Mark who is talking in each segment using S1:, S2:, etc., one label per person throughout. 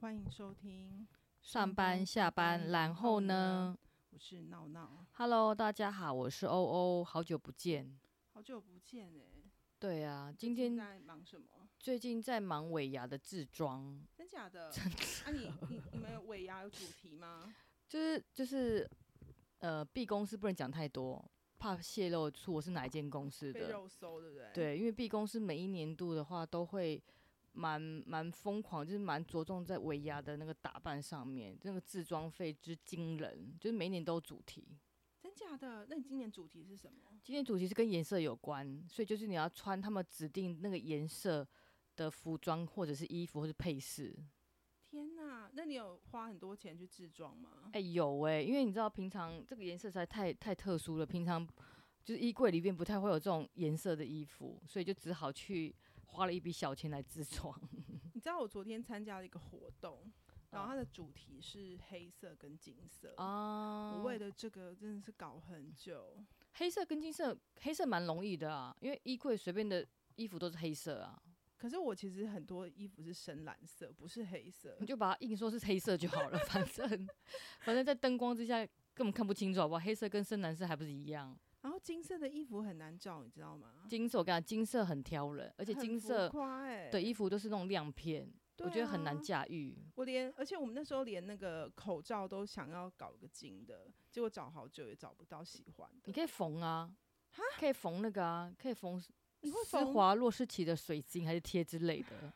S1: 欢迎收听，
S2: 上班下班，然后呢
S1: 我是闹闹，
S2: ？Hello，大家好，我是欧欧，好久不见。
S1: 好久不见哎、
S2: 对啊，今
S1: 你
S2: 天
S1: 在忙什么？
S2: 最近在忙尾牙的制装，
S1: 真假的？啊你，你你们有尾牙有主题吗？
S2: 就是就是呃，B 公司不能讲太多，怕泄露出我是哪一间公司
S1: 被
S2: 的。
S1: 肉搜对不对？，
S2: 对，因为 B 公司每一年度的话都会蛮蛮疯狂，就是蛮着重在尾牙的那个打扮上面，那个制装费之惊人，就是每一年都有主题。
S1: 真假的？那你今年主题是什么？
S2: 今天主题是跟颜色有关，所以就是你要穿他们指定那个颜色的服装，或者是衣服，或是配饰。
S1: 天哪，那你有花很多钱去制装吗？
S2: 哎、有哎、因为你知道平常这个颜色实在太太特殊了，平常就是衣柜里面不太会有这种颜色的衣服，所以就只好去花了一笔小钱来自装。
S1: 你知道我昨天参加了一个活动，然后它
S2: 嗯
S1: 的主题是黑色跟金色。
S2: 啊
S1: 我为了这个真的是搞很久，
S2: 黑色跟金色，黑色蛮容易的啊，因为衣柜随便的衣服都是黑色啊，
S1: 可是我其实很多衣服是深蓝色，不是黑色
S2: 你。就把它硬说是黑色就好了，反正反正在灯光之下根本看不清楚，好不好？黑色跟深蓝色还不是一样？
S1: 然后金色的衣服很难找，你知道吗？
S2: 金色我跟你讲，金色很挑人，而且金色
S1: 夸哎、
S2: 的衣服都是那种亮片，
S1: 对啊
S2: 我觉得很难。驾驭。
S1: 我连，而且我们那时候连那个口罩都想要搞个金的，结果找好久也找不到喜欢的。
S2: 你可以缝啊，可以缝那个啊，可以缝丝
S1: 你会缝？
S2: 滑洛士奇的水晶还是贴之类的，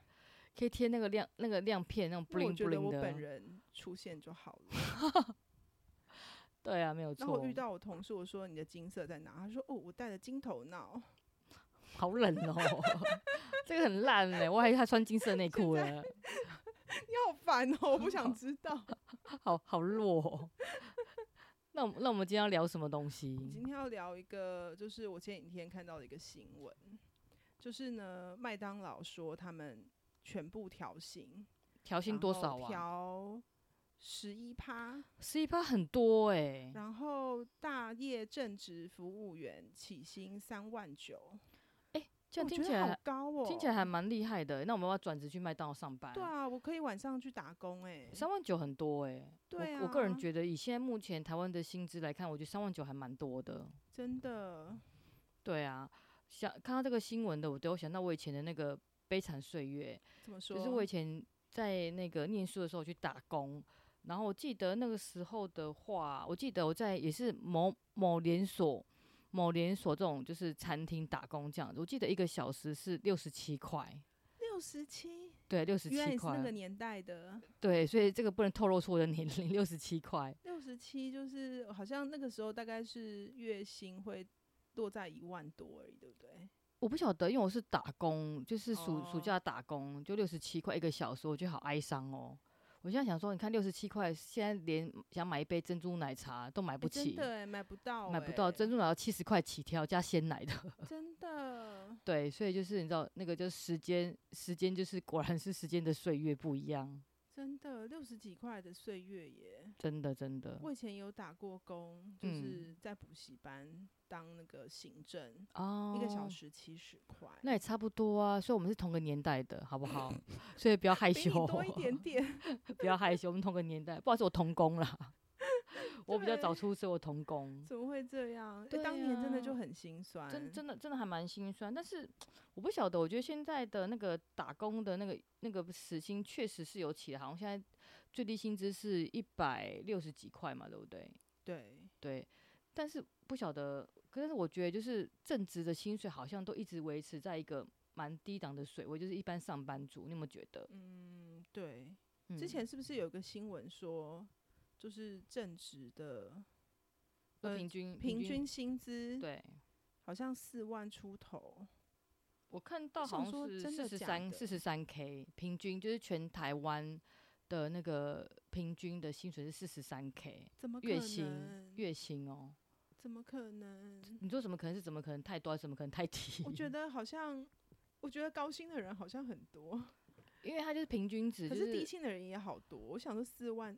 S2: 可以贴那个亮那个亮片那种
S1: 那我
S2: bling
S1: 觉得
S2: bling
S1: 我本
S2: 的。
S1: 人出现就好了。
S2: 对啊，没有
S1: 然后
S2: 错
S1: 我。遇到我同事，我说你的金色在哪？他说哦，我戴了金头脑。
S2: 好冷哦，这个很烂嘞、我还以为他穿金色内裤了，
S1: 你好烦哦，我不想知道。
S2: 好好弱、哦。 那我们那我们今天要聊什么东西？
S1: 今天要聊一个，就是我前几天看到的一个新闻，就是呢，麦当劳说他们全部调薪，
S2: 调薪多少啊？
S1: 调十一趴，
S2: 十一趴很多哎、
S1: 然后大业正职服务员起薪三万九，
S2: 这样
S1: 我
S2: 听
S1: 觉
S2: 起
S1: 得
S2: 来
S1: 好高哦，
S2: 听起来还蛮厉害的欸。那我们要不要转职去麦当劳上班？
S1: 对，啊，我可以晚上去打工哎、
S2: 三万九很多哎、欸。
S1: 对啊，
S2: 我我个人觉得以现在目前台湾的薪资来看，我觉得三万九还蛮多的。
S1: 真的
S2: 对啊，想看到这个新闻的，我都有想到我以前的那个悲惨岁月，
S1: 怎么说？
S2: 就是我以前在那个念书的时候去打工。然后我记得那个时候的话，我记得我在也是某某连锁、某连锁这种就是餐厅打工这样子。我记得一个小时是六十七块，
S1: 六十七，
S2: 对，六十七
S1: 原
S2: 块。
S1: 来你是那个年代的。
S2: 对，所以这个不能透露出我的年龄，六十七块。
S1: 六十七就是好像那个时候大概是月薪会落在一万多而已，对不对？
S2: 我不晓得，因为我是打工，就是暑、
S1: 哦
S2: 暑假打工，就六十七块一个小时，我觉得好哀伤哦。我现在想说，你看六十七块，现在连想买一杯珍珠奶茶都买不
S1: 诶
S2: 起，
S1: 真的哎，买不到、
S2: 买不到珍
S1: 真
S2: 珠奶茶七十块起跳加鲜奶的。
S1: 真的。
S2: 对，所以就是你知道，那个就是时间，时间就是果然是时间的岁月不一样，
S1: 真的六十几块的岁月耶！
S2: 真的真的
S1: 我以前有打过工，就
S2: 嗯
S1: 是在补习班当那个行政，
S2: 哦
S1: 一个小时七十块，
S2: 那也差不多啊，所以我们是同个年代的，好不好？ 所以不要害
S1: 比
S2: 羞，
S1: 你多一
S2: 哦
S1: 点 点。
S2: 不要害羞，我们同个年代，不好意思，我童工啦， 我比较早出生，我童工，
S1: 怎么会这样？
S2: 对
S1: 欸当年真的就
S2: 啊
S1: 很心酸，
S2: 真真的真的还蛮心酸。但是我不晓得，我觉得现在的那个打工的那个那个时薪确实是有起来，好像现在最低薪资是一百六十几块嘛，对不对？
S1: 对。
S2: 对，但是不晓得，可是我觉得就是正职的薪水好像都一直维持在一个蛮低档的水位，就是一般上班族，你有没有觉得？
S1: 嗯，对，
S2: 嗯
S1: 之前是不是有个新闻说，就是正职的
S2: 就
S1: 呃
S2: 平均
S1: 平均薪资
S2: 对。
S1: 好像四万出头，
S2: 我看到
S1: 我想
S2: 好像
S1: 说
S2: 是
S1: 真的
S2: 四十
S1: 假的
S2: 三四十三 K 平均，就是全台湾的那个平均的薪水是四十三 K
S1: 怎么可
S2: 月薪
S1: 能？
S2: 月薪哦。
S1: 怎么可能？
S2: 你说怎么可能是怎么可能太多，怎么可能太低？
S1: 我觉得好像，我觉得高薪的人好像很多，
S2: 因为它就是平均值，
S1: 可
S2: 就是
S1: 低
S2: 是
S1: 薪的人也好多。我想说四万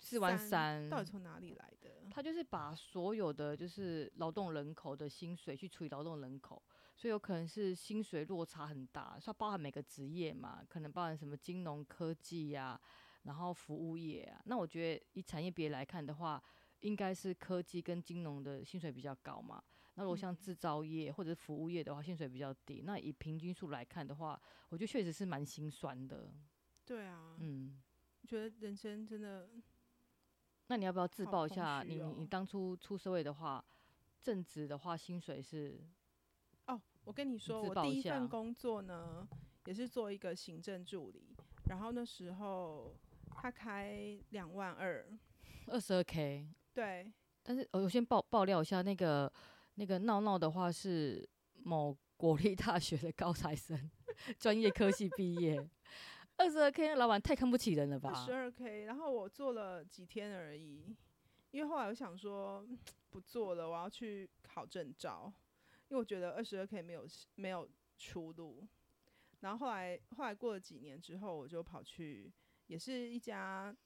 S2: 四万
S1: 三
S2: 三，
S1: 到底从哪里来的？
S2: 它就是把所有的就是劳动人口的薪水去除以劳动人口，所以有可能是薪水落差很大，它包含每个职业嘛，可能包含什么金融科技呀、然后服务业啊。那我觉得以产业别来看的话，应该是科技跟金融的薪水比较高嘛。那如果像
S1: 嗯
S2: 制造业或者是服务业的话，薪水比较低。那以平均数来看的话，我觉得确实是蛮心酸的。
S1: 对啊，
S2: 嗯，
S1: 我觉得人生真的
S2: 那你要不要自
S1: 好
S2: 曝一
S1: 空
S2: 下？
S1: 虚
S2: 你你你
S1: 哦
S2: 当初出社会的话，正职的话，薪水是
S1: 哦，我跟你说，
S2: 自
S1: 我
S2: 曝
S1: 第
S2: 一
S1: 一份
S2: 下啊
S1: 工作呢，也是做一个行政助理，然后那时候他开两万二，
S2: 二十二 k，
S1: 对，
S2: 但是呃我先爆爆料一下，那个那个闹闹的话是某国立大学的高材生， 专业科系毕业。二十二 K 那老板太看不起人了
S1: 二
S2: 吧
S1: 十？二 k，然后我做了几天而已，因为后来我想说不做了，我要去考证照，因为我觉得二十二 k 没有没有出路。然后后来后来过了几年之后，我就跑去也是一家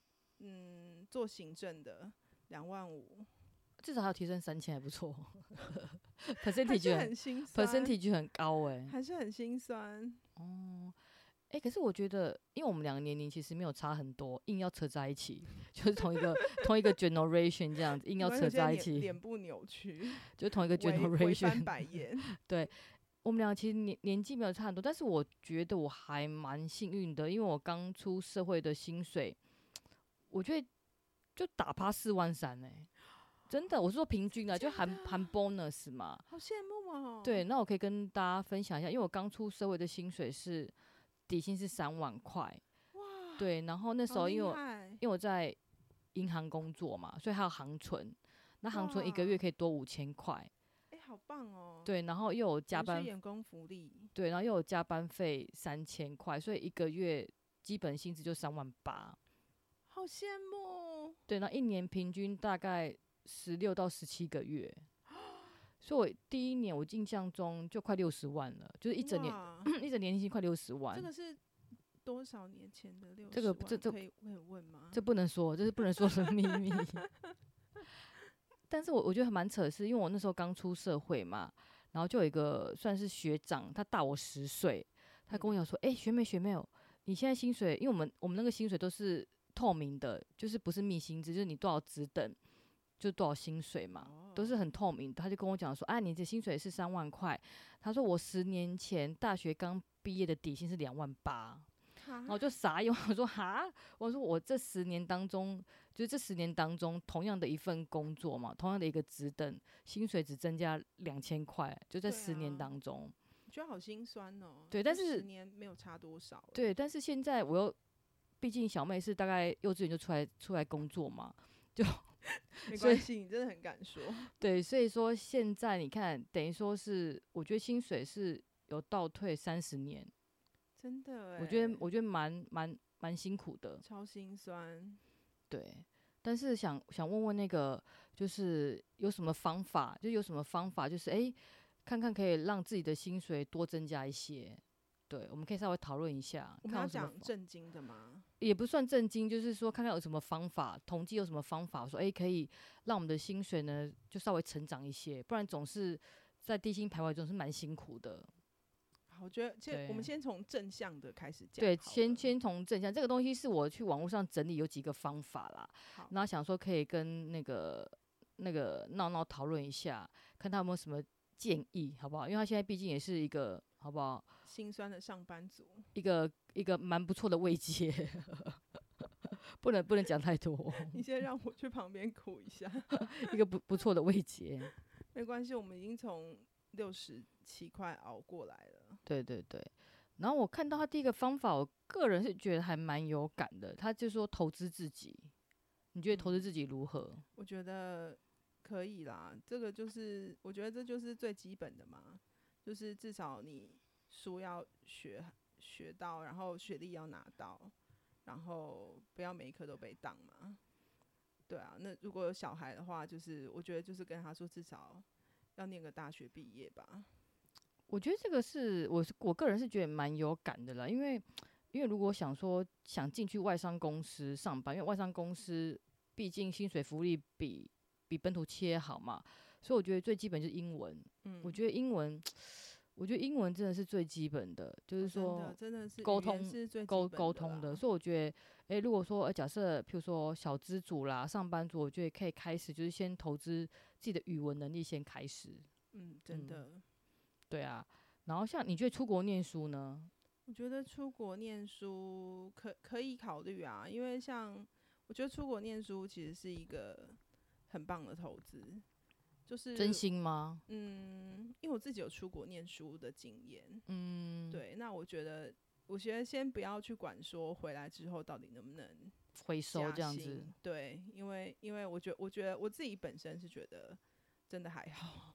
S1: 嗯做行政的两万五
S2: 至少还有提升三千，还不 错。
S1: 还
S2: percentage
S1: 是
S2: 很
S1: 很心酸
S2: percentage 很高哎、
S1: 还是很心酸。
S2: 哦，哎、可是我觉得，因为我们两个年龄其实没有差很多，硬要扯在 一起，就是同一个同一个 generation 这样子，硬要
S1: 我
S2: 扯
S1: 有些
S2: 在一
S1: 脸
S2: 起，
S1: 脸部扭曲，
S2: 就是同一个
S1: 微微
S2: generation
S1: 翻。白眼。
S2: 我们俩其实年年纪没有差很多，但是我觉得我还蛮幸运的，因为我刚出社会的薪水，我觉得就打趴四万三哎、真的，我是说平均啊的，就含
S1: 啊
S2: 含 bonus 嘛。
S1: 好羡慕哦！
S2: 对，，那我可以跟大家分享一下，因为我刚出社会的薪水是底薪是三万块，
S1: 哇，
S2: 对，然后那
S1: 那
S2: 时候因为我
S1: 为
S2: 因为我在银行工作嘛，所以还有行存，那行存一个月
S1: 哇
S2: 可以多五千块，
S1: 哎，好棒哦！
S2: 对，然后又有加
S1: 人生
S2: 班
S1: 员工福利，
S2: 对，然后又有加班费三千块，所以一个月基本薪资就三万八。
S1: 好羡慕。
S2: 对，然后一年平均大概十六到十七个月。
S1: 哦
S2: 所以我第一年我印象中就快六十万了，就是一整年
S1: 哇
S2: 一整年薪快六十万。
S1: 这个是多少年前的六？
S2: 这个这这
S1: 可以可以问吗？
S2: 这不能说，这是不能说的秘密。但是我我觉得还蛮扯的是，因为我那时候刚出社会嘛，然后就有一个算是学长，他大我十岁，他跟我讲说：“哎、学妹学妹哦，你现在薪水，因为我们我们那个薪水都是透明的，就是不是密薪资，就是你多少职等就多少薪水嘛。”都是
S1: 哦
S2: 很透明的。他就跟我讲说，啊，你的薪水是三万块。他说我十年前大学刚毕业的底薪是两万八，然后
S1: 哈
S2: 我就傻眼， 我说哈，我说我这十年当中，就是这十年当中，同样的一份工作嘛，同样的一个职等，薪水只增加两千块，就在
S1: 对
S2: 十年
S1: 啊
S2: 当中。
S1: 觉得好心酸哦。
S2: 对
S1: 这
S2: 但
S1: 十
S2: 是
S1: 年没有差多少。哎，
S2: 对，但是现在我又，毕竟小妹是大概幼稚园就出来出来工作嘛，
S1: 嗯没
S2: 所以
S1: 关系，你真的很敢 说。
S2: 对，所以说现在你看，等于说是，我觉得薪水是有倒退三十年，
S1: 真的哎，
S2: 我觉得我觉得蛮蛮蛮辛苦的。
S1: 超心酸。
S2: 对，但是想想问问那个，就是有什么方法，就有什么方法，就是诶，看看可以让自己的薪水多增加一些。对，我们可以稍微讨论一下，
S1: 我们
S2: 看
S1: 要
S2: 有什么
S1: 讲
S2: 方
S1: 正经的吗？
S2: 也不算震惊，就是说看看有什么方法，统计有什么方法，说诶，可以让我们的薪水呢就稍微成长一些，不然总是在低薪徘徊总是蛮辛苦的。
S1: 好，我觉得先我
S2: 对
S1: 们先从正向的开始讲。
S2: 对，先。先从正向这个东西是我去网络上整理有几个方法啦，
S1: 好
S2: 然后想说可以跟那个那个闹闹讨论一下，看他有没有什么建议，好不好？因为他现在毕竟也是一个好不好
S1: 心酸的上班族，
S2: 一个一个蛮不错的慰藉， 不能不能讲太多，
S1: 你先让我去旁边哭一下，
S2: 一个不不错的慰藉。
S1: 没关系，我们已经从六十七块熬过来了。
S2: 对对对。然后我看到他第一个方法，我个人是觉得还蛮有感的。他就说投资自己，你觉得投资自己如何？
S1: 我觉得可以啦，这个就是我觉得这就是最基本的嘛，就是至少你书要学学到，然后学历要拿到，然后不要每一科都被当嘛。对啊，那如果有小孩的话，就是我觉得就是跟他说，至少要念个大学毕业吧。
S2: 我觉得这个是我是我个人是觉得蛮有感的啦，因为因为如果想说想进去外商公司上班，因为外商公司毕竟薪水福利比比本土企业好嘛，所以我觉得最基本就是英文。
S1: 嗯，
S2: 我觉得英文，我我觉得英文真的是最基本的，就是说、
S1: 哦真的真的是
S2: 沟
S1: 语言
S2: 通
S1: 是最基
S2: 沟
S1: 本
S2: 沟通
S1: 的
S2: 的，
S1: 啦，
S2: 所以我觉得，诶，如果说，呃，假设譬如说小资族啦、上班族，我觉得可以开始就是先投资自己的语文能力，先开始，
S1: 嗯，真
S2: 嗯
S1: 的。
S2: 对啊。然后像你觉得出国念书呢？
S1: 我觉得出国念书可可以考虑啊，因为像我觉得出国念书其实是一个很棒的投资，就是
S2: 真心吗？
S1: 嗯，因为我自己有出国念书的经验，
S2: 嗯，，
S1: 对，那我觉得我觉得先不要去管说回来之后到底能不能
S2: 回收
S1: 加
S2: 这样
S1: 薪
S2: 子，
S1: 对，因为因为我觉我觉得我自己本身是觉得真的还好，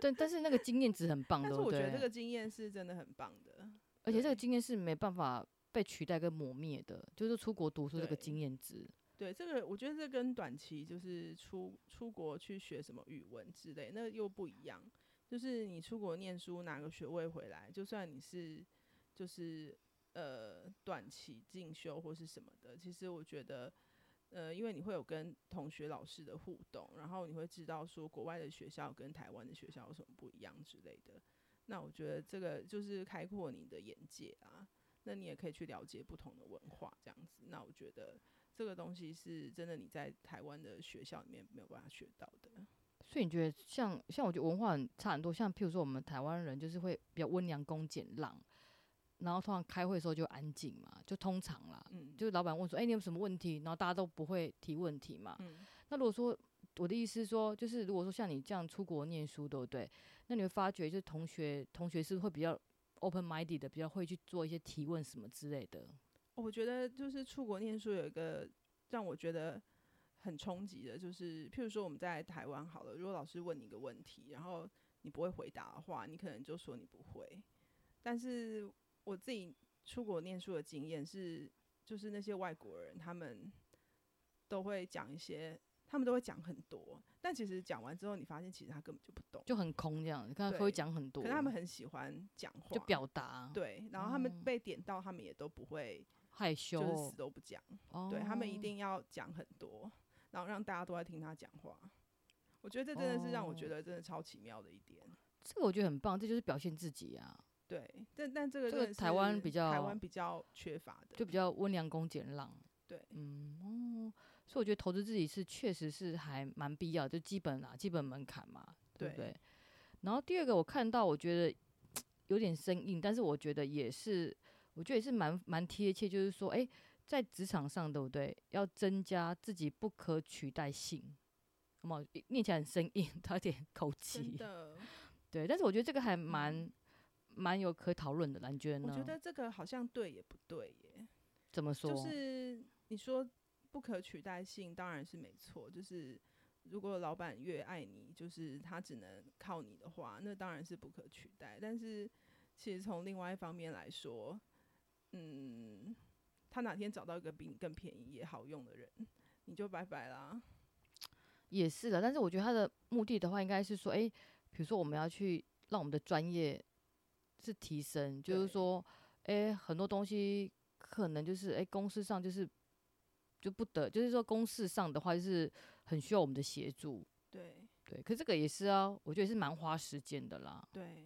S2: 但但是那个经验值很棒，
S1: 但
S2: 对
S1: 是
S2: 不
S1: 我觉
S2: 嗯对？
S1: 得这个经验是真的很棒的，
S2: 而且这
S1: 对
S2: 个经验是没办法被取代跟磨灭的，就是出国读书这个
S1: 对
S2: 经验值。
S1: 对，这个我觉得这跟短期就是出出国去学什么语文之类，那又不一样。就是你出国念书拿个学位回来，就算你是就是呃短期进修或是什么的，其实我觉得呃，因为你会有跟同学老师的互动，然后你会知道说国外的学校跟台湾的学校有什么不一样之类的。那我觉得这个就是开阔你的眼界啊，那你也可以去了解不同的文化这样子。那我觉得。这个东西是真的你在台湾的学校里面没有办法学到的。
S2: 所以你觉得像像我觉得文化很差很多，像譬如说我们台湾人就是会比较温良恭俭让，然后通常开会的时候就安静嘛，就通常啦，
S1: 嗯，
S2: 就是老板问说，哎、你有什么问题？然后大家都不会提问题嘛。
S1: 嗯
S2: 那如果说我的意思是说，就是如果说像你这样出国念书，对不对？那你会发觉，就是同学同学是会比较 open minded 的，比较会去做一些提问什么之类的。
S1: 我觉得就是出国念书有一个让我觉得很冲击的，就是譬如说我们在台湾好了，如果老师问你一个问题，然后你不会回答的话，你可能就说你不会。但是我自己出国念书的经验是，就是那些外国人他们都会讲一些，他们都会讲很多，但其实讲完之后，你发现其实他根本就不懂，
S2: 就很空这样，刚刚会
S1: 对
S2: 讲很多，
S1: 可是他们很喜欢讲话，
S2: 就表达，，
S1: 对，然后他们
S2: 哦
S1: 被点到，他们也都不会，
S2: 害羞，
S1: 就是死都不讲。
S2: 哦、
S1: 对他们一定要讲很多，然后让大家都在听他讲话。我觉得这真的是让我觉
S2: 哦
S1: 得真的超奇妙的一点。
S2: 这个我觉得很棒，这就是表现自己啊，
S1: 对，但但这个
S2: 这
S1: 真
S2: 个
S1: 的
S2: 台湾
S1: 是
S2: 比
S1: 台
S2: 较
S1: 湾比较缺乏的，
S2: 就比较温良恭俭让，
S1: 对
S2: 嗯哦，所以我觉得投资自己是确实是还蛮必要，就基本啦，基本门槛嘛，对不
S1: 对
S2: 对？然后第二个我看到，我觉得有点生硬，但是我觉得也是，我觉得也是蛮蛮贴切，就是说，哎、在职场上，对不对？要增加自己不可取代性，那么念起来很生硬， 它有点口
S1: 真
S2: 气，
S1: 的。嗯
S2: 对。但是我觉得这个还蛮蛮有可讨论的啦，你觉得
S1: 我
S2: 呢？
S1: 觉得这个好像对也不对耶，
S2: 怎么说？
S1: 就是你说不可取代性当然是没错，就是。如果老板越爱你，就是他只能靠你的话，那当然是不可取代。但是其实从另外一方面来说，嗯，他哪天找到一个比你更便宜也好用的人，你就拜拜啦。
S2: 也是的，但是我觉得他的目的的话，应该是说，诶，比如说我们要去让我们的专业是提升，就是
S1: 对
S2: 说，诶，很多东西可能就是，诶，公司上就是就不得，就是说公事上的话，就是很需要我们的协助，
S1: 对
S2: 对。可这个也是啊，我觉得也是蛮花时间的啦，
S1: 对，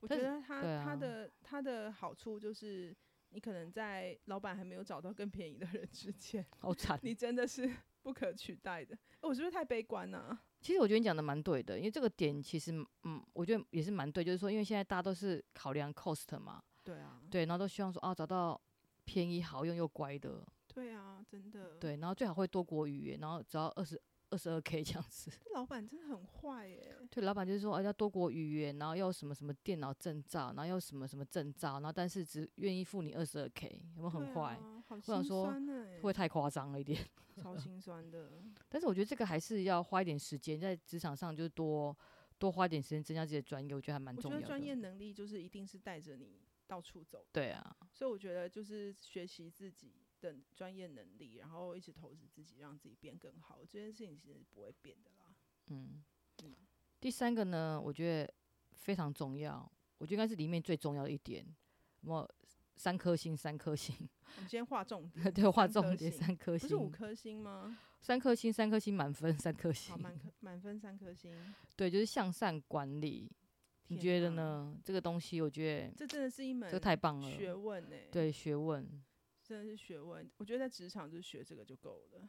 S1: 我觉
S2: 但是
S1: 得他、
S2: 对啊
S1: 他的他的好处就是，你可能在老板还没有找到更便宜的人之前，
S2: 好惨。
S1: 你真的是 不可取代的。哦我是不是太悲观了、啊？
S2: 其实我觉得你讲的蛮对的，因为这个点其实，嗯，我觉得也是蛮对，就是说，因为现在大家都是考量 cost 嘛，
S1: 对啊，
S2: 对，然后都希望说，啊，找到便宜、好用又乖的，
S1: 对啊，真的。，
S2: 对，然后最好会多国语言，然后只要二十二十二 K 这样子。
S1: 老板真的很坏耶、
S2: 对，老板就是说，哎、要多国语言，然后要什么什么电脑证照，然后要什么什么证照，然后但是只愿意付你二十二 K，有没有很
S1: 对
S2: 坏？
S1: 啊，好
S2: 想
S1: 心
S2: 说
S1: 酸呢、
S2: 会不会太夸张了一点？
S1: 超心酸的。
S2: 但是我觉得这个还是要花一点时间，在职场上就多多花一点时间增加自己的专业，我觉得还 蛮
S1: 我
S2: 重
S1: 觉
S2: 要
S1: 得
S2: 的。
S1: 专业能力就是一定是带着你到处走，
S2: 对啊，
S1: 所以我觉得就是学习自己的专业能力，然后一直投资自己，让自己变更好，这件事情其实是不会变的啦。
S2: 嗯
S1: 嗯。
S2: 第三个呢，我觉得非常重要，我觉得应该是里面最重要的一点。有没有三颗星，三颗星，
S1: 我们今天划重点，
S2: 对，划
S1: 三颗
S2: 重点，
S1: 星
S2: 三颗
S1: 不
S2: 星，
S1: 是五颗星吗？
S2: 三颗星，三颗星满分，三颗
S1: 好，
S2: 星。
S1: 满颗满分三颗星。
S2: 对，就是向善管理， 你
S1: 天
S2: 觉得
S1: 哪？
S2: 呢？这个东西我觉得
S1: 这真的是一门
S2: 这个太棒了，
S1: 学问呢、，
S2: 嗯对学问，
S1: 真的是学问。我觉得在职场就是学这个就够了。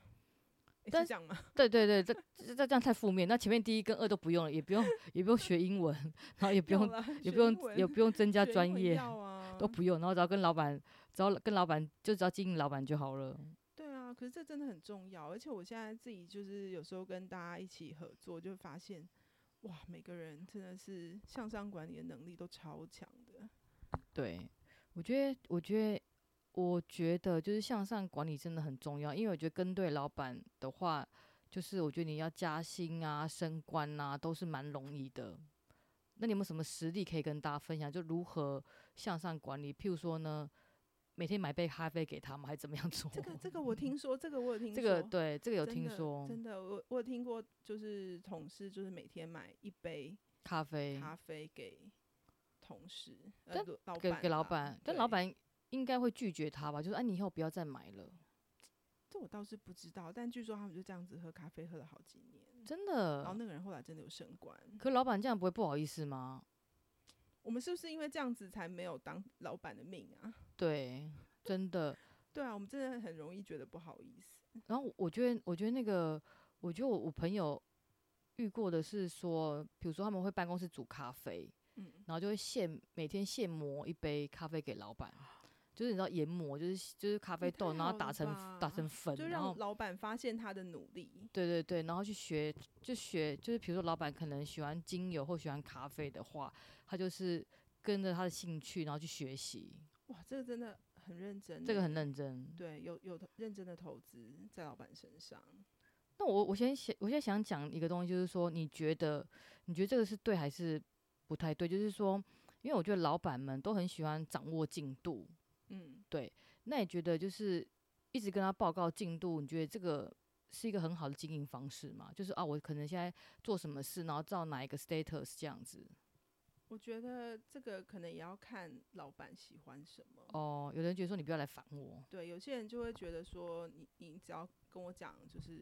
S1: 诶
S2: 但
S1: 是这样吗？
S2: 对对对，这这这样太负面。那前面第一跟二都不用了，也不用也不用学英文，然后也不
S1: 有
S2: 用
S1: 啦
S2: 也
S1: 学
S2: 不用
S1: 英文
S2: 也不用增加
S1: 学英
S2: 专
S1: 文
S2: 业，
S1: 要啊
S2: 都不用，然后只要跟老板，只要跟老板就只要经营老板就好了。
S1: 对啊，可是这真的很重要，而且我现在自己就是有时候跟大家一起合作，就会发现，哇，每个人真的是向上管理的能力都超强的。
S2: 对，我觉得，我觉得，我觉得就是向上管理真的很重要，因为我觉得跟对老板的话，就是我觉得你要加薪啊、升官啊，都是蛮容易的。那你有没有什么实例可以跟大家分享？就如何向上管理？譬如说呢，每天买杯咖啡给他们，还是怎么样做？
S1: 这个这个我听说，这个我有听说，
S2: 哦 这个对，这个有
S1: 真
S2: 听
S1: 的
S2: 说
S1: 真的，我我有听过，就是同事就是每天买一杯
S2: 咖啡
S1: 咖啡给同事，呃
S2: 但，
S1: 老
S2: 给
S1: 板
S2: 给老
S1: 啦
S2: 板，但老
S1: 对
S2: 板应该会拒绝他吧？就是哎、你以后不要再买了，
S1: 这我倒是不知道，但据说他们就这样子喝咖啡喝了好几年，
S2: 真
S1: 然后
S2: 的。
S1: 嗯哦那个人后来真的有升官。
S2: 可老板这样不会不好意思吗？
S1: 我们是不是因为这样子才没有当老板的命啊？
S2: 对，真的。
S1: 对啊，我们真的很容易觉得不好意思。
S2: 然后我觉得，我觉得那个，我觉得我我朋友遇过的是说，比如说他们会办公室煮咖啡，
S1: 嗯，
S2: 然后就会现每天现磨一杯咖啡给老板，就是你知道研磨，就是就是咖啡
S1: 也
S2: 豆，
S1: 太
S2: 然后
S1: 好
S2: 打
S1: 了
S2: 成打
S1: 吧
S2: 成粉，
S1: 就
S2: 嗯然后
S1: 让老板发现他的努力。
S2: 对对对，然后去学，就学，就是比如说老板可能喜欢精油或喜欢咖啡的话，他就是跟着他的兴趣，然后去学习，
S1: 哇，这个真的很认真欸，
S2: 这个很认真。
S1: 对，有有投认真的投资在老板身上。
S2: 那我我先想，我现在想讲一个东西，就是说，你觉得你觉得这个是对还是不太对？就是说，因为我觉得老板们都很喜欢掌握进度，
S1: 嗯，
S2: 那你觉得就是一直跟他报告进度，你觉得这个是一个很好的经营方式吗？就是啊，我可能现在做什么事，然后照哪一个 status 这样子。
S1: 我觉得这个可能也要看老板喜欢什么。
S2: 哦，有人觉得说你不要来烦我，
S1: 对，有些人就会觉得说你，你只要跟我讲，就是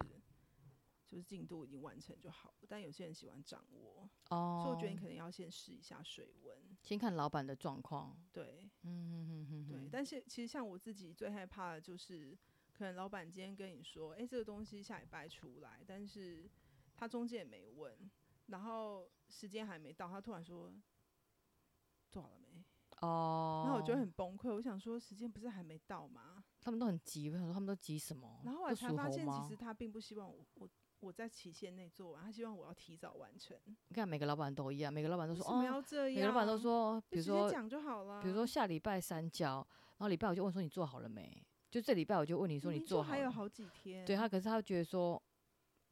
S1: 就是进度已经完成就好了。但有些人喜欢掌握，
S2: 哦，
S1: 所以我觉得你可能要先试一下水温。
S2: 先看老板的状况。
S1: 对
S2: 嗯嗯嗯
S1: 对，
S2: 嗯，
S1: 但是其实像我自己最害怕的就是，可能老板今天跟你说，诶，这个东西下礼拜出来，但是他中间也没问，然后时间还没到，他突然说做好了没？
S2: 哦，
S1: 然后我就很崩溃，我想说时间不是还没到吗？
S2: 他们都很急，我想说他们都急什么？
S1: 然后后
S2: 哦不
S1: 来才
S2: 属
S1: 发
S2: 猴
S1: 现，
S2: 吗
S1: 其实他并不希望我我我在期限内做完，他希望我要提早完成。
S2: 你看每个老板都一样，每个老板都
S1: 为
S2: 说
S1: 什么
S2: 哦，
S1: 要这样？
S2: 每个老板都，说，哦比
S1: 就
S2: 如
S1: 直接
S2: 说
S1: 讲就啊好了。
S2: 比如说，下礼拜三交，然后礼拜我就问说你做好了没？就这礼拜我就问你说
S1: 明
S2: 你
S1: 明
S2: 做
S1: 就
S2: 好
S1: 还有
S2: 了，
S1: 好啊几天。
S2: 对他，可是他觉得说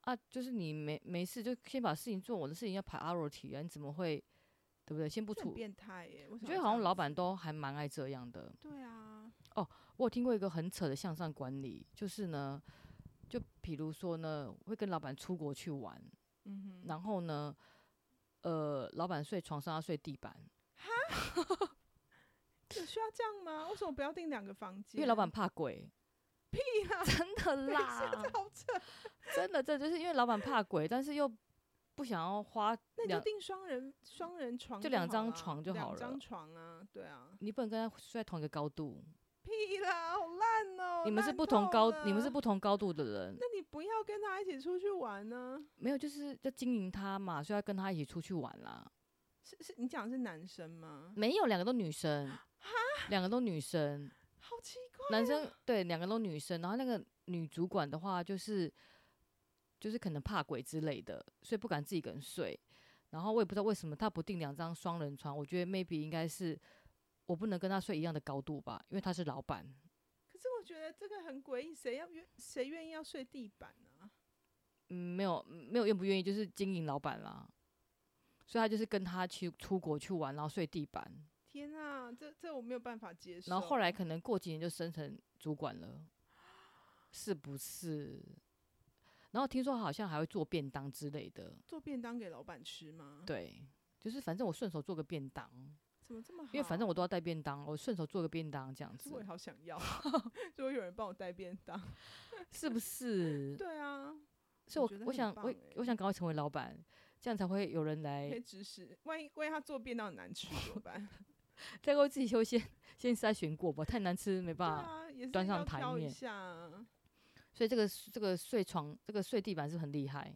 S2: 啊，就是你没没事就先把事情做，我的事情要 priority 啊，你怎么会对不对？先不
S1: 这很
S2: 处，
S1: 变态耶！我
S2: 我觉得好像老板
S1: 都
S2: 都还蛮爱这样的。
S1: 对啊，
S2: 我有听过一个很扯的向上管理，就是呢，就比如说呢，会跟老板出国去玩，
S1: 嗯哼，
S2: 然后呢，呃，老板睡床上，他睡地板，
S1: 有需要这样吗？为什么不要订两个房间？
S2: 因为 老板怕鬼。屁
S1: 啦
S2: 真的啦，
S1: 好扯，
S2: 真的，这就是因为老板怕鬼，但是又不想要花
S1: 那你就
S2: 两，
S1: 订双人双人床好啦，
S2: 就两张床就好
S1: 两张
S2: 了
S1: 床啊，对啊，
S2: 你不能跟他睡在同一个高度，
S1: 屁啦，好烂哦！
S2: 你们是
S1: 烂
S2: 不同
S1: 透
S2: 高，你们
S1: 了
S2: 是，不同高度的人，
S1: 那你不要跟他一起出去玩呢、
S2: 没有，就是要经营他嘛，所以要跟他一起出去玩啦。
S1: 是是，你讲的是男生吗？
S2: 没有，两个都女生，两个都女生，
S1: 好奇怪，
S2: 男生对，两个都女生。然后那个女主管的话，就是就是可能怕鬼之类的，所以不敢自己一个人睡。然后我也不知道为什么她不订两张双人床，我觉得 maybe 应该是我不能跟她睡一样的高度吧，因为她是老板。
S1: 可是我觉得这个很诡异，谁要愿谁愿意要睡地板啊？
S2: 嗯，没有没有愿不愿意，就是经营老板啦。所以她就是跟他去出国去玩，然后睡地板，
S1: 天啊，这这我没有办法接受。
S2: 然后后来可能过几年就升成主管了，是不是？然后听说好像还会做便当之类的，
S1: 做便当给老板吃吗？，
S2: 对，就是反正我顺手做个便当，
S1: 怎么这么好？
S2: 因为反正我都要带便当，我顺手做个便当这样
S1: 可
S2: 子
S1: 是，我也好想 要， 如果有人帮我带便当，
S2: 是不是？
S1: 对啊，
S2: 所以
S1: 觉得
S2: 我我
S1: 很
S2: 想
S1: 棒
S2: 我
S1: 欸
S2: 我想赶快成为老板，这样才会有人
S1: 可
S2: 来
S1: 以指使，万一万一他做便当很难吃怎么办？
S2: 再为自己优先先筛选过 吧，太难吃没
S1: 对
S2: 办法。
S1: 啊，也是
S2: 端上
S1: 要
S2: 台
S1: 挑一
S2: 面
S1: 下啊。
S2: 所以这个这个睡床这个睡地板是很厉害，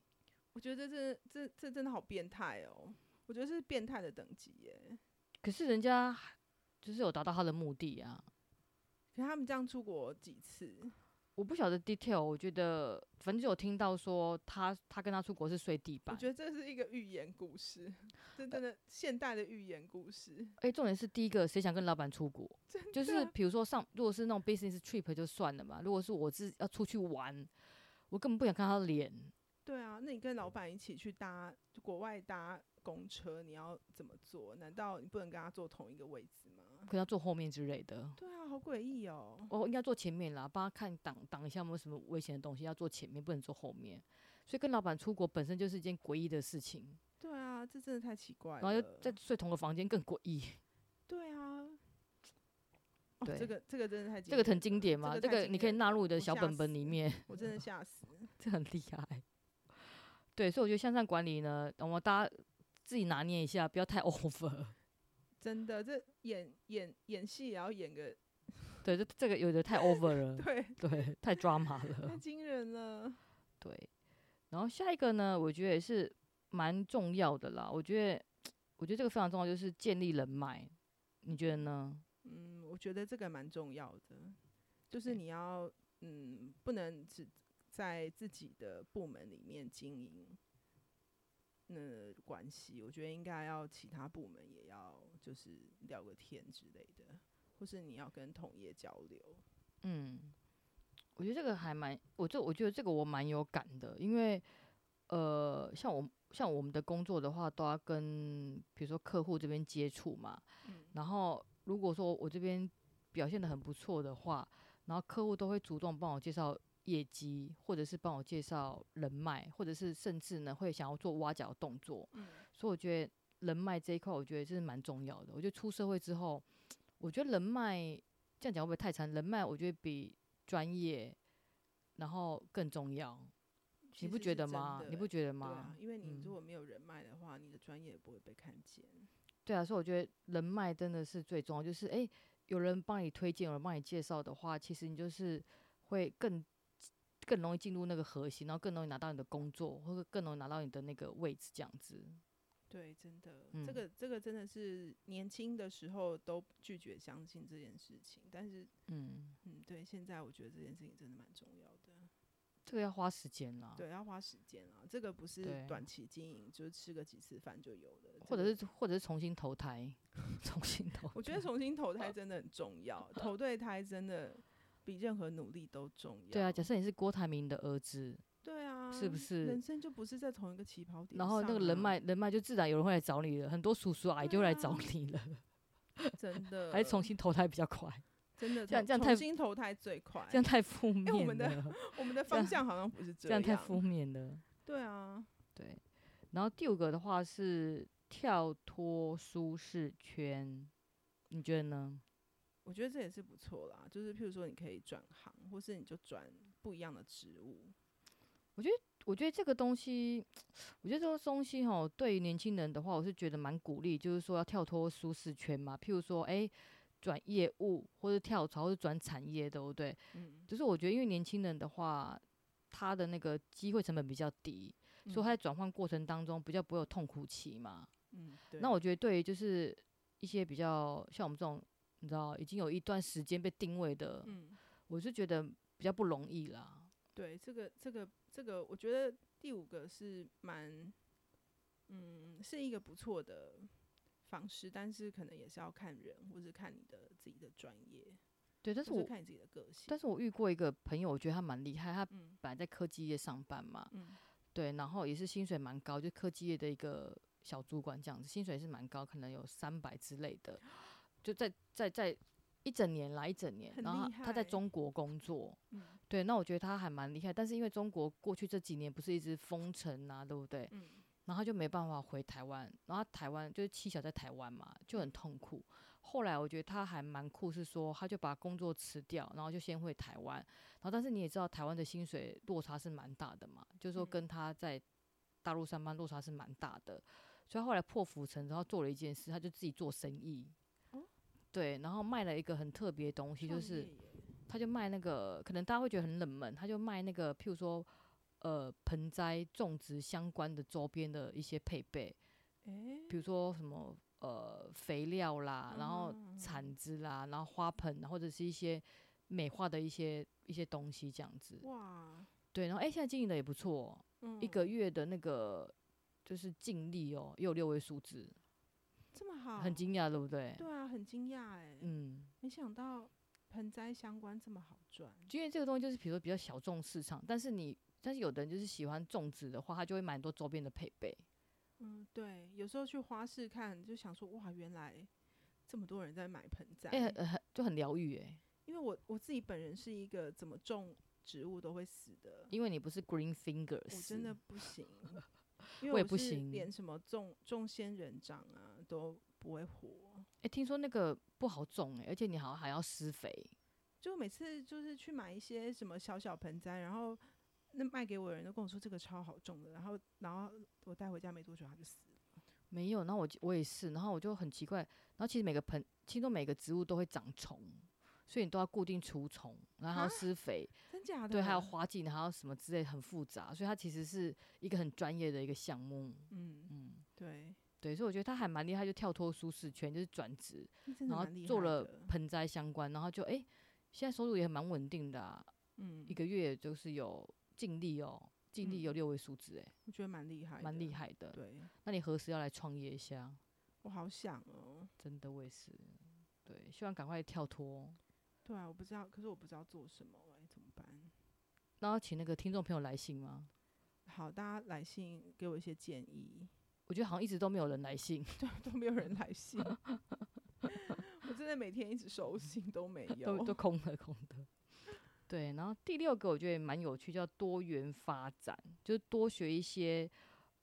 S1: 我觉得这这这真的好变态哦！我觉得是变态的等级耶。
S2: 可是人家就是有达到他的目的啊。
S1: 可是他们这样出国几次？
S2: 我不晓得 detail，我觉得反正就有听到说他他跟他出国是睡地
S1: 我
S2: 板，
S1: 觉得这是一个寓言故事，
S2: 呃
S1: 这真的现代的寓言故事。
S2: 哎、重点是第一个，谁想跟老板出国？就是
S1: 的啊
S2: 比如说上，如果是那种 business trip 就算了嘛，如果是我自要出去玩，我根本不想看他的脸。
S1: 对啊，那你跟老板一起去搭国外搭公车，你要怎么做？难道你不能跟他坐同一个位置吗？
S2: 可能要坐后面之类的。
S1: 对啊，好诡异哦！
S2: 我应该坐前面啦，帮他看挡挡一下有没有什么危险的东西，要坐前面，不能坐后面。所以跟老板出国本身就是一件诡异的事情，
S1: 对啊，这真的太奇怪
S2: 然
S1: 了。
S2: 后又在睡同个房间更诡异。
S1: 对啊，哦，
S2: 对
S1: 这个这个真的太
S2: 这个很
S1: 经
S2: 经典
S1: 这
S2: 嘛，
S1: 个
S2: 这
S1: 太
S2: 个
S1: 经
S2: 你可以
S1: 典
S2: 纳
S1: 了
S2: 入你的
S1: 我
S2: 小
S1: 吓
S2: 本本
S1: 死
S2: 里面，
S1: 典，我真的吓死。
S2: 这很厉害。对，所以我觉得向上管理呢，我们大家自己拿捏一下，不要太 over。
S1: 真的，这演演演戏也要演个
S2: 对，这这个有的太 over 了。
S1: 对，
S2: 对，太 drama
S1: 太
S2: 了。
S1: 惊人了。
S2: 对，然后下一个呢，我觉得也是蛮重要的啦。我觉得，我觉得这个非常重要，就是建立人脉。你觉得呢？
S1: 嗯，我觉得这个蛮重要的，就是
S2: 对
S1: 你要嗯，不能只在自己的部门里面经营那关系，我觉得应该要其他部门也要就是聊个天之类的，或是你要跟同业交流。
S2: 嗯，我觉得这个还蛮，我这我觉得这个我蛮有感的，因为呃，像我像我们的工作的话，都要跟比如说客户这边接触嘛，
S1: 嗯
S2: 然后如果说我这边表现的很不错的话，然后客户都会主动帮我介绍业绩，或者是帮我介绍人脉，或者是甚至呢会想要做挖角的动作，
S1: 嗯
S2: 所以我觉得人脉这一块，我觉得这是蛮重要的。我觉得出社会之后，我觉得人脉这样讲会不会太长？人脉我觉得比专业然后更重要，
S1: 其
S2: 你不
S1: 实
S2: 觉
S1: 是
S2: 得
S1: 真
S2: 吗？
S1: 的
S2: 你
S1: 欸
S2: 不觉得
S1: 对
S2: 吗？
S1: 啊，因为你如
S2: 嗯
S1: 果没有人脉的话，你的专业也不会被看见。
S2: 对啊，所以我觉得人脉真的是最重要，就是诶，有人帮你推荐，有人帮你介绍的话，其实你就是会更更容易进入那个核心，然后更容易拿到你的工作，或者更容易拿到你的那个位置这样子。
S1: 对，真的，
S2: 嗯
S1: 这个这个真的是年轻的时候都拒绝相信这件事情，但是
S2: 嗯，
S1: 嗯，对，现在我觉得这件事情真的蛮重要的，
S2: 这个要花时间啦，
S1: 对，要花时间啊，这个不是
S2: 对
S1: 短期经营，就是吃个几次饭就有的，
S2: 或
S1: 这
S2: 者
S1: 个。
S2: 是或者是重新投胎， 重新投胎。
S1: 我觉得重新投胎真的很重 要，投对胎真的比任何努力都重要。
S2: 对啊，假设你是郭台铭的儿子，
S1: 对啊，
S2: 是不是
S1: 人生就不是在同一个起跑点上啊、
S2: 然后那个人脉人脉就自然有人会来找你了，很多叔叔阿姨就会来找
S1: 对啊嗯
S2: 你了，
S1: 真的
S2: 还是重新投胎比较快，
S1: 真的
S2: 这样
S1: 重
S2: 这样
S1: 重
S2: 太
S1: 新投胎最快。
S2: 这样太负面了，
S1: 哎我们的我们的
S2: 这样
S1: 方向好像不是
S2: 这
S1: 样
S2: 样太负面了。
S1: 对啊，
S2: 对，然后第五个的话是跳脱舒适圈，你觉得呢？
S1: 我觉得这也是不错啦。就是譬如说，你可以转行，或是你就转不一样的职务。
S2: 我觉得这个东西，我觉得这个东西哈，对于年轻人的话，我是觉得蛮鼓励，就是说要跳脱舒适圈嘛。譬如说，哎，转业务，或者跳槽，或者转产业，对不对？
S1: 嗯，
S2: 就是我觉得，因为年轻人的话，他的那个机会成本比较低，所以他在转换过程当中比较不会有痛苦期嘛。
S1: 嗯，对。
S2: 那我觉得对于就是一些比较像我们这种，你知道已经有一段时间被定位的，
S1: 嗯，
S2: 我是觉得比较不容易啦。
S1: 对，这个这个这个，我觉得第五个是蛮，嗯，是一个不错的方式，但是可能也是要看人，或是看你的自己的专业，
S2: 对，但是
S1: 或
S2: 我
S1: 是看你自己的个性。
S2: 但是我遇过一个朋友，我觉得他蛮厉害，他
S1: 嗯
S2: 本来在科技业上班嘛，
S1: 嗯
S2: 对，然后也是薪水蛮高，就科技业的一个小主管这样子，薪水是蛮高，可能有三百之类的，就在在在一整年来一整年，
S1: 很
S2: 然后
S1: 厉
S2: 他他在
S1: 害
S2: 中国工作，
S1: 嗯
S2: 对，那我觉得他还蛮厉害，但是因为中国过去这几年不是一直封城啊，对不对？
S1: 嗯
S2: 然后他就没办法回台湾，然后他台湾就是妻小在台湾嘛，就很痛苦。后来我觉得他还蛮酷，是说他就把工作辞掉，然后就先回台湾。然后但是你也知道，台湾的薪水落差是蛮大的嘛，就是说
S1: 嗯
S2: 跟他在大陆上班落差是蛮大的，所以他后来破釜沉舟，他做了一件事，他就自己做生意。
S1: 哦
S2: 对，然后卖了一个很特别的东西，就
S1: 创
S2: 是
S1: 业耶
S2: 他就卖那个，可能大家会觉得很冷门，他就卖那个，譬如说，呃，盆栽种植相关的周边的一些配备，
S1: 诶
S2: 比如说什么呃肥料啦，然后
S1: 啊
S2: 铲子啦，然后花盆，或者是一些美化的一些一些东西这样子。
S1: 哇，
S2: 对，然后哎、现在经营的也不错哦、
S1: 嗯
S2: 一个月的那个就是净利哦，也有六位数字，
S1: 这么好，
S2: 很惊讶，对不对？
S1: 哦对啊，很惊讶哎，
S2: 嗯，
S1: 没想到盆栽相关这么好赚，
S2: 因为这个东西就是比如说比较小众市场，但是你但是有的人就是喜欢种植的话，他就会买很多周边的配备。
S1: 嗯，对，有时候去花市看，就想说哇，原来这么多人在买盆栽，
S2: 哎、很很就很疗愈哎，
S1: 因为我我自己本人是一个怎么种植物都会死的，
S2: 因为你不是 green fingers，
S1: 我真的不 行，因为
S2: 我也
S1: 我
S2: 不
S1: 是
S2: 行
S1: 连什么种种仙人掌啊都不会活。
S2: 哎、听说那个不好种哎、而且你好像还要施肥。
S1: 就每次就是去买一些什么小小盆栽，然后那卖给我的人都跟我说这个超好种的，然后然后我带回家没多久它就死了。
S2: 没有，然后我就我也是，然后我就很奇怪，然后其实每个盆，听说每个植物都会长虫，所以你都要固定除虫，然后还要
S1: 啊
S2: 施肥，
S1: 真假的？
S2: 对，还有花季，还有什么之类，很复杂，所以它其实是一个很专业的一个项目，
S1: 嗯，
S2: 嗯，
S1: 对，
S2: 对，所以我觉得他还蛮厉害，就跳脱舒适圈，就是转职，
S1: 你真的
S2: 然后
S1: 蛮厉
S2: 做
S1: 害
S2: 了
S1: 的
S2: 盆栽相关，然后就诶，现在收入也蛮稳定的啊、
S1: 嗯
S2: 一，个月就是有净利哦，净利有六位数字、诶，
S1: 我觉得蛮厉害，
S2: 蛮厉。害的。
S1: 对，
S2: 那你何时要来创业一下？
S1: 我好想哦。
S2: 真的，我也是，对，希望赶快跳脱。
S1: 对啊，我不知道，可是我不知道做什么、哎，怎么办？
S2: 然后请那个听众朋友来信吗？
S1: 好，大家来信给我一些建议。
S2: 我觉得好像一直都没有人来信，
S1: 对，都没有人来 信。我真的每天一直收信都没有
S2: 都。都空的空的。 对，然后第六个我觉得也蛮有趣，叫多元发展，就是多学一些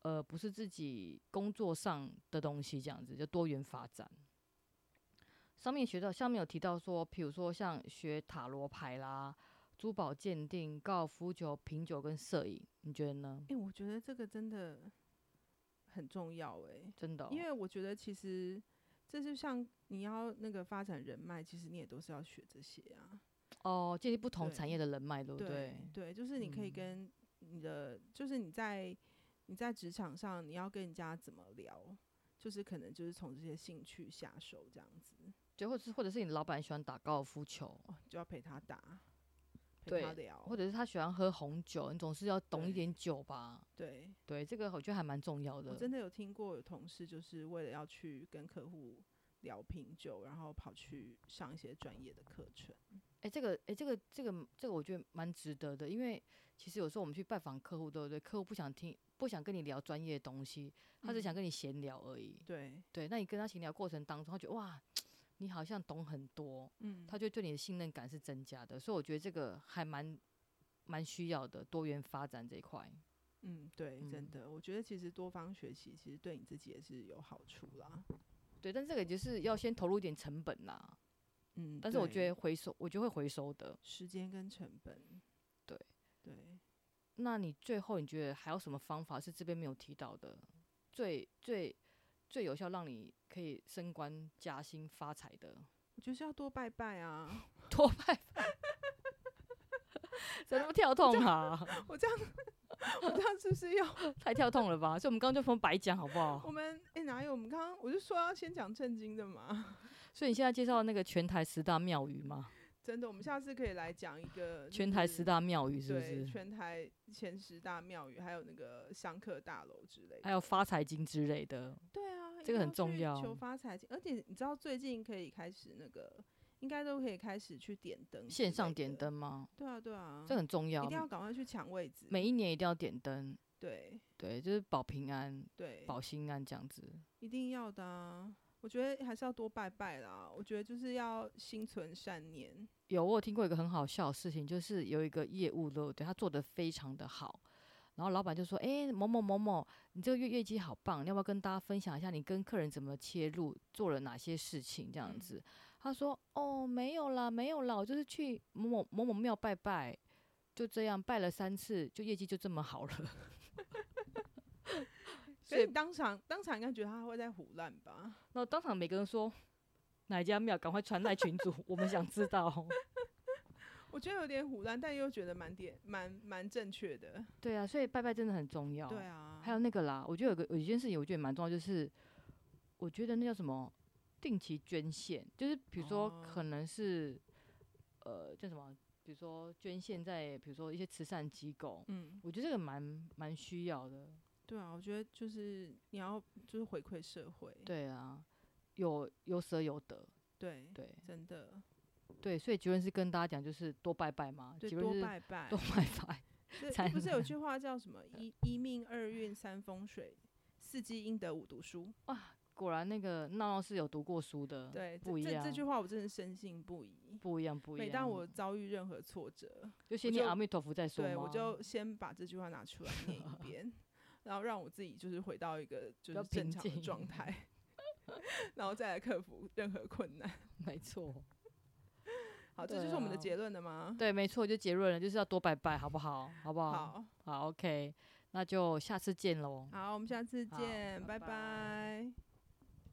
S2: 呃不是自己工作上的东西，这样子就多元发展。上面学到，上面有提到说，比如说像学塔罗牌啦、珠宝鉴定、高尔夫球、品酒跟摄影，你觉得呢
S1: 哎、？我觉得这个真的很重要哎、
S2: 真的哦、
S1: 因为我觉得其实这就像你要那个发展人脉，其实你也都是要学这些啊。
S2: 哦，建立不同
S1: 对
S2: 产业的人脉，对不
S1: 对对，就是你可以
S2: 嗯
S1: 跟你的，就是你在你在职场上，你要跟人家怎么聊，就是可能就是从这些兴趣下手这样子，
S2: 就或者是或者是你老板喜欢打高尔夫球，
S1: 哦，就要陪他打，陪他
S2: 对
S1: 聊，
S2: 或者是他喜欢喝红酒，你总是要懂一
S1: 对
S2: 点酒吧？
S1: 对。
S2: 对，这个我觉得还蛮重要
S1: 我
S2: 的。
S1: 真的有听过有同事就是为了要去跟客户聊品酒，然后跑去上一些专业的课程。
S2: 哎、这个哎、这个这个这个我觉得蛮值得的，因为其实有时候我们去拜访客户，对不对？客户不想听，不想跟你聊专业的东西，他只想
S1: 嗯
S2: 跟你闲聊而已。
S1: 对，
S2: 对，那你跟他闲聊过程当中，他觉得哇，你好像懂很多，
S1: 嗯，
S2: 他就对你的信任感是增加的，所以我觉得这个还蛮蛮需要的，多元发展这一块。
S1: 嗯，对，真
S2: 嗯
S1: 的，我觉得其实多方学习，其实对你自己也是有好处啦。
S2: 对，但这个就是要先投入一点成本啦。
S1: 嗯，
S2: 但是我觉
S1: 对
S2: 得回收，我觉得会回收的。
S1: 时间跟成本，
S2: 对
S1: 对，
S2: 那你最后你觉得还有什么方法是这边没有提到的？最最最有效让你可以升官加薪发财的？
S1: 我就是要多拜拜啊！
S2: 多拜拜，怎么那么跳痛啊？
S1: 我这样，我这样是不是要
S2: 太跳痛了吧？所以我们刚刚就不用白讲好不
S1: 我
S2: 好？
S1: 们？哎、哪有？我们刚刚我就说要先讲正经的嘛。
S2: 所以你现在介绍那个全台十大庙宇嘛？
S1: 真的，我们下次可以来讲一个就
S2: 全台
S1: 是
S2: 十大庙宇是不
S1: 嗯对，
S2: 是？
S1: 全台前十大庙宇，还有那个香客大楼之类的。
S2: 还有发财经之类的，
S1: 对啊，
S2: 这
S1: 一
S2: 个
S1: 定
S2: 很
S1: 要
S2: 重
S1: 去
S2: 要
S1: 求发财经，而且你知道最近可以开始那个，应该都可以开始去点灯，
S2: 线上点。灯吗？
S1: 对啊，对啊，
S2: 这很重要
S1: 一定，要赶快去抢位置。
S2: 每一年一定要点灯，
S1: 对
S2: 对，就是保平安、
S1: 对，
S2: 保心安这样子。
S1: 一定要的啊！我觉得还是要多拜拜啦。我觉得就是要心存善念。
S2: 有我有听过一个很好笑的事情，就是有一个业务对不对？他做的非常的好，然后老板就说：“诶，某某某某，你这个月业绩好棒，你要不要跟大家分享一下你跟客人怎么切入，做了哪些事情这样
S1: 嗯
S2: 子？”他说：“哦，没有啦，没有啦，我就是去某某某某庙拜拜，就这样拜了三次，就业绩就这么好了。”
S1: 所以当场当场应该觉得他会在胡乱吧？
S2: 然后当场每个人说哪一家庙，赶快传来群主，我们想知道。
S1: 我觉得有点胡乱，但又觉得蛮点蛮蛮正确的。
S2: 对啊，所以拜拜真的很重要。
S1: 对啊，
S2: 还有那个啦，我觉得有个有一件事情，我觉得蛮重要，就是我觉得那叫什么定期捐献，就是比如说
S1: 哦
S2: 可能是、呃叫什么，比如说捐献在比如说一些慈善机构，
S1: 嗯，
S2: 我觉得这个蛮蛮需要的。
S1: 对啊，我觉得就是你要就是回馈社会，
S2: 对啊，有有舍有得，
S1: 对
S2: 对
S1: 真的
S2: 对，所以结论是跟大家讲，就是多拜拜嘛，
S1: 对
S2: 结论
S1: 多
S2: 是
S1: 拜拜
S2: 多。拜拜，
S1: 这
S2: 才
S1: 不是有句话叫什么“一一命二运三风水，四季应得五读书
S2: 果然那个闹闹是有读过书”。的，
S1: 对，这
S2: 嗯不一
S1: 这这
S2: 样
S1: 句话我真的深信不疑。
S2: 不一样不一样。
S1: 每当我遭遇任何挫折，
S2: 就先
S1: 我
S2: 念
S1: 就
S2: 阿弥陀佛再说
S1: 对
S2: 嘛
S1: 我就先把这句话拿出来念一 遍，然后让我自己就是回到一个就
S2: 比较
S1: 是正
S2: 平
S1: 常的
S2: 静
S1: 状态， 然后再来克服任何困难。
S2: 没错。
S1: 好，这
S2: 对
S1: 就是我们的
S2: 啊
S1: 结论了吗？
S2: 对，没错，就结论了，就是要多拜拜，好不好？好不好？
S1: 好，
S2: 好，OK，那就下次见喽。
S1: 好，我们下次
S2: 好
S1: 见，拜
S2: 拜拜
S1: 拜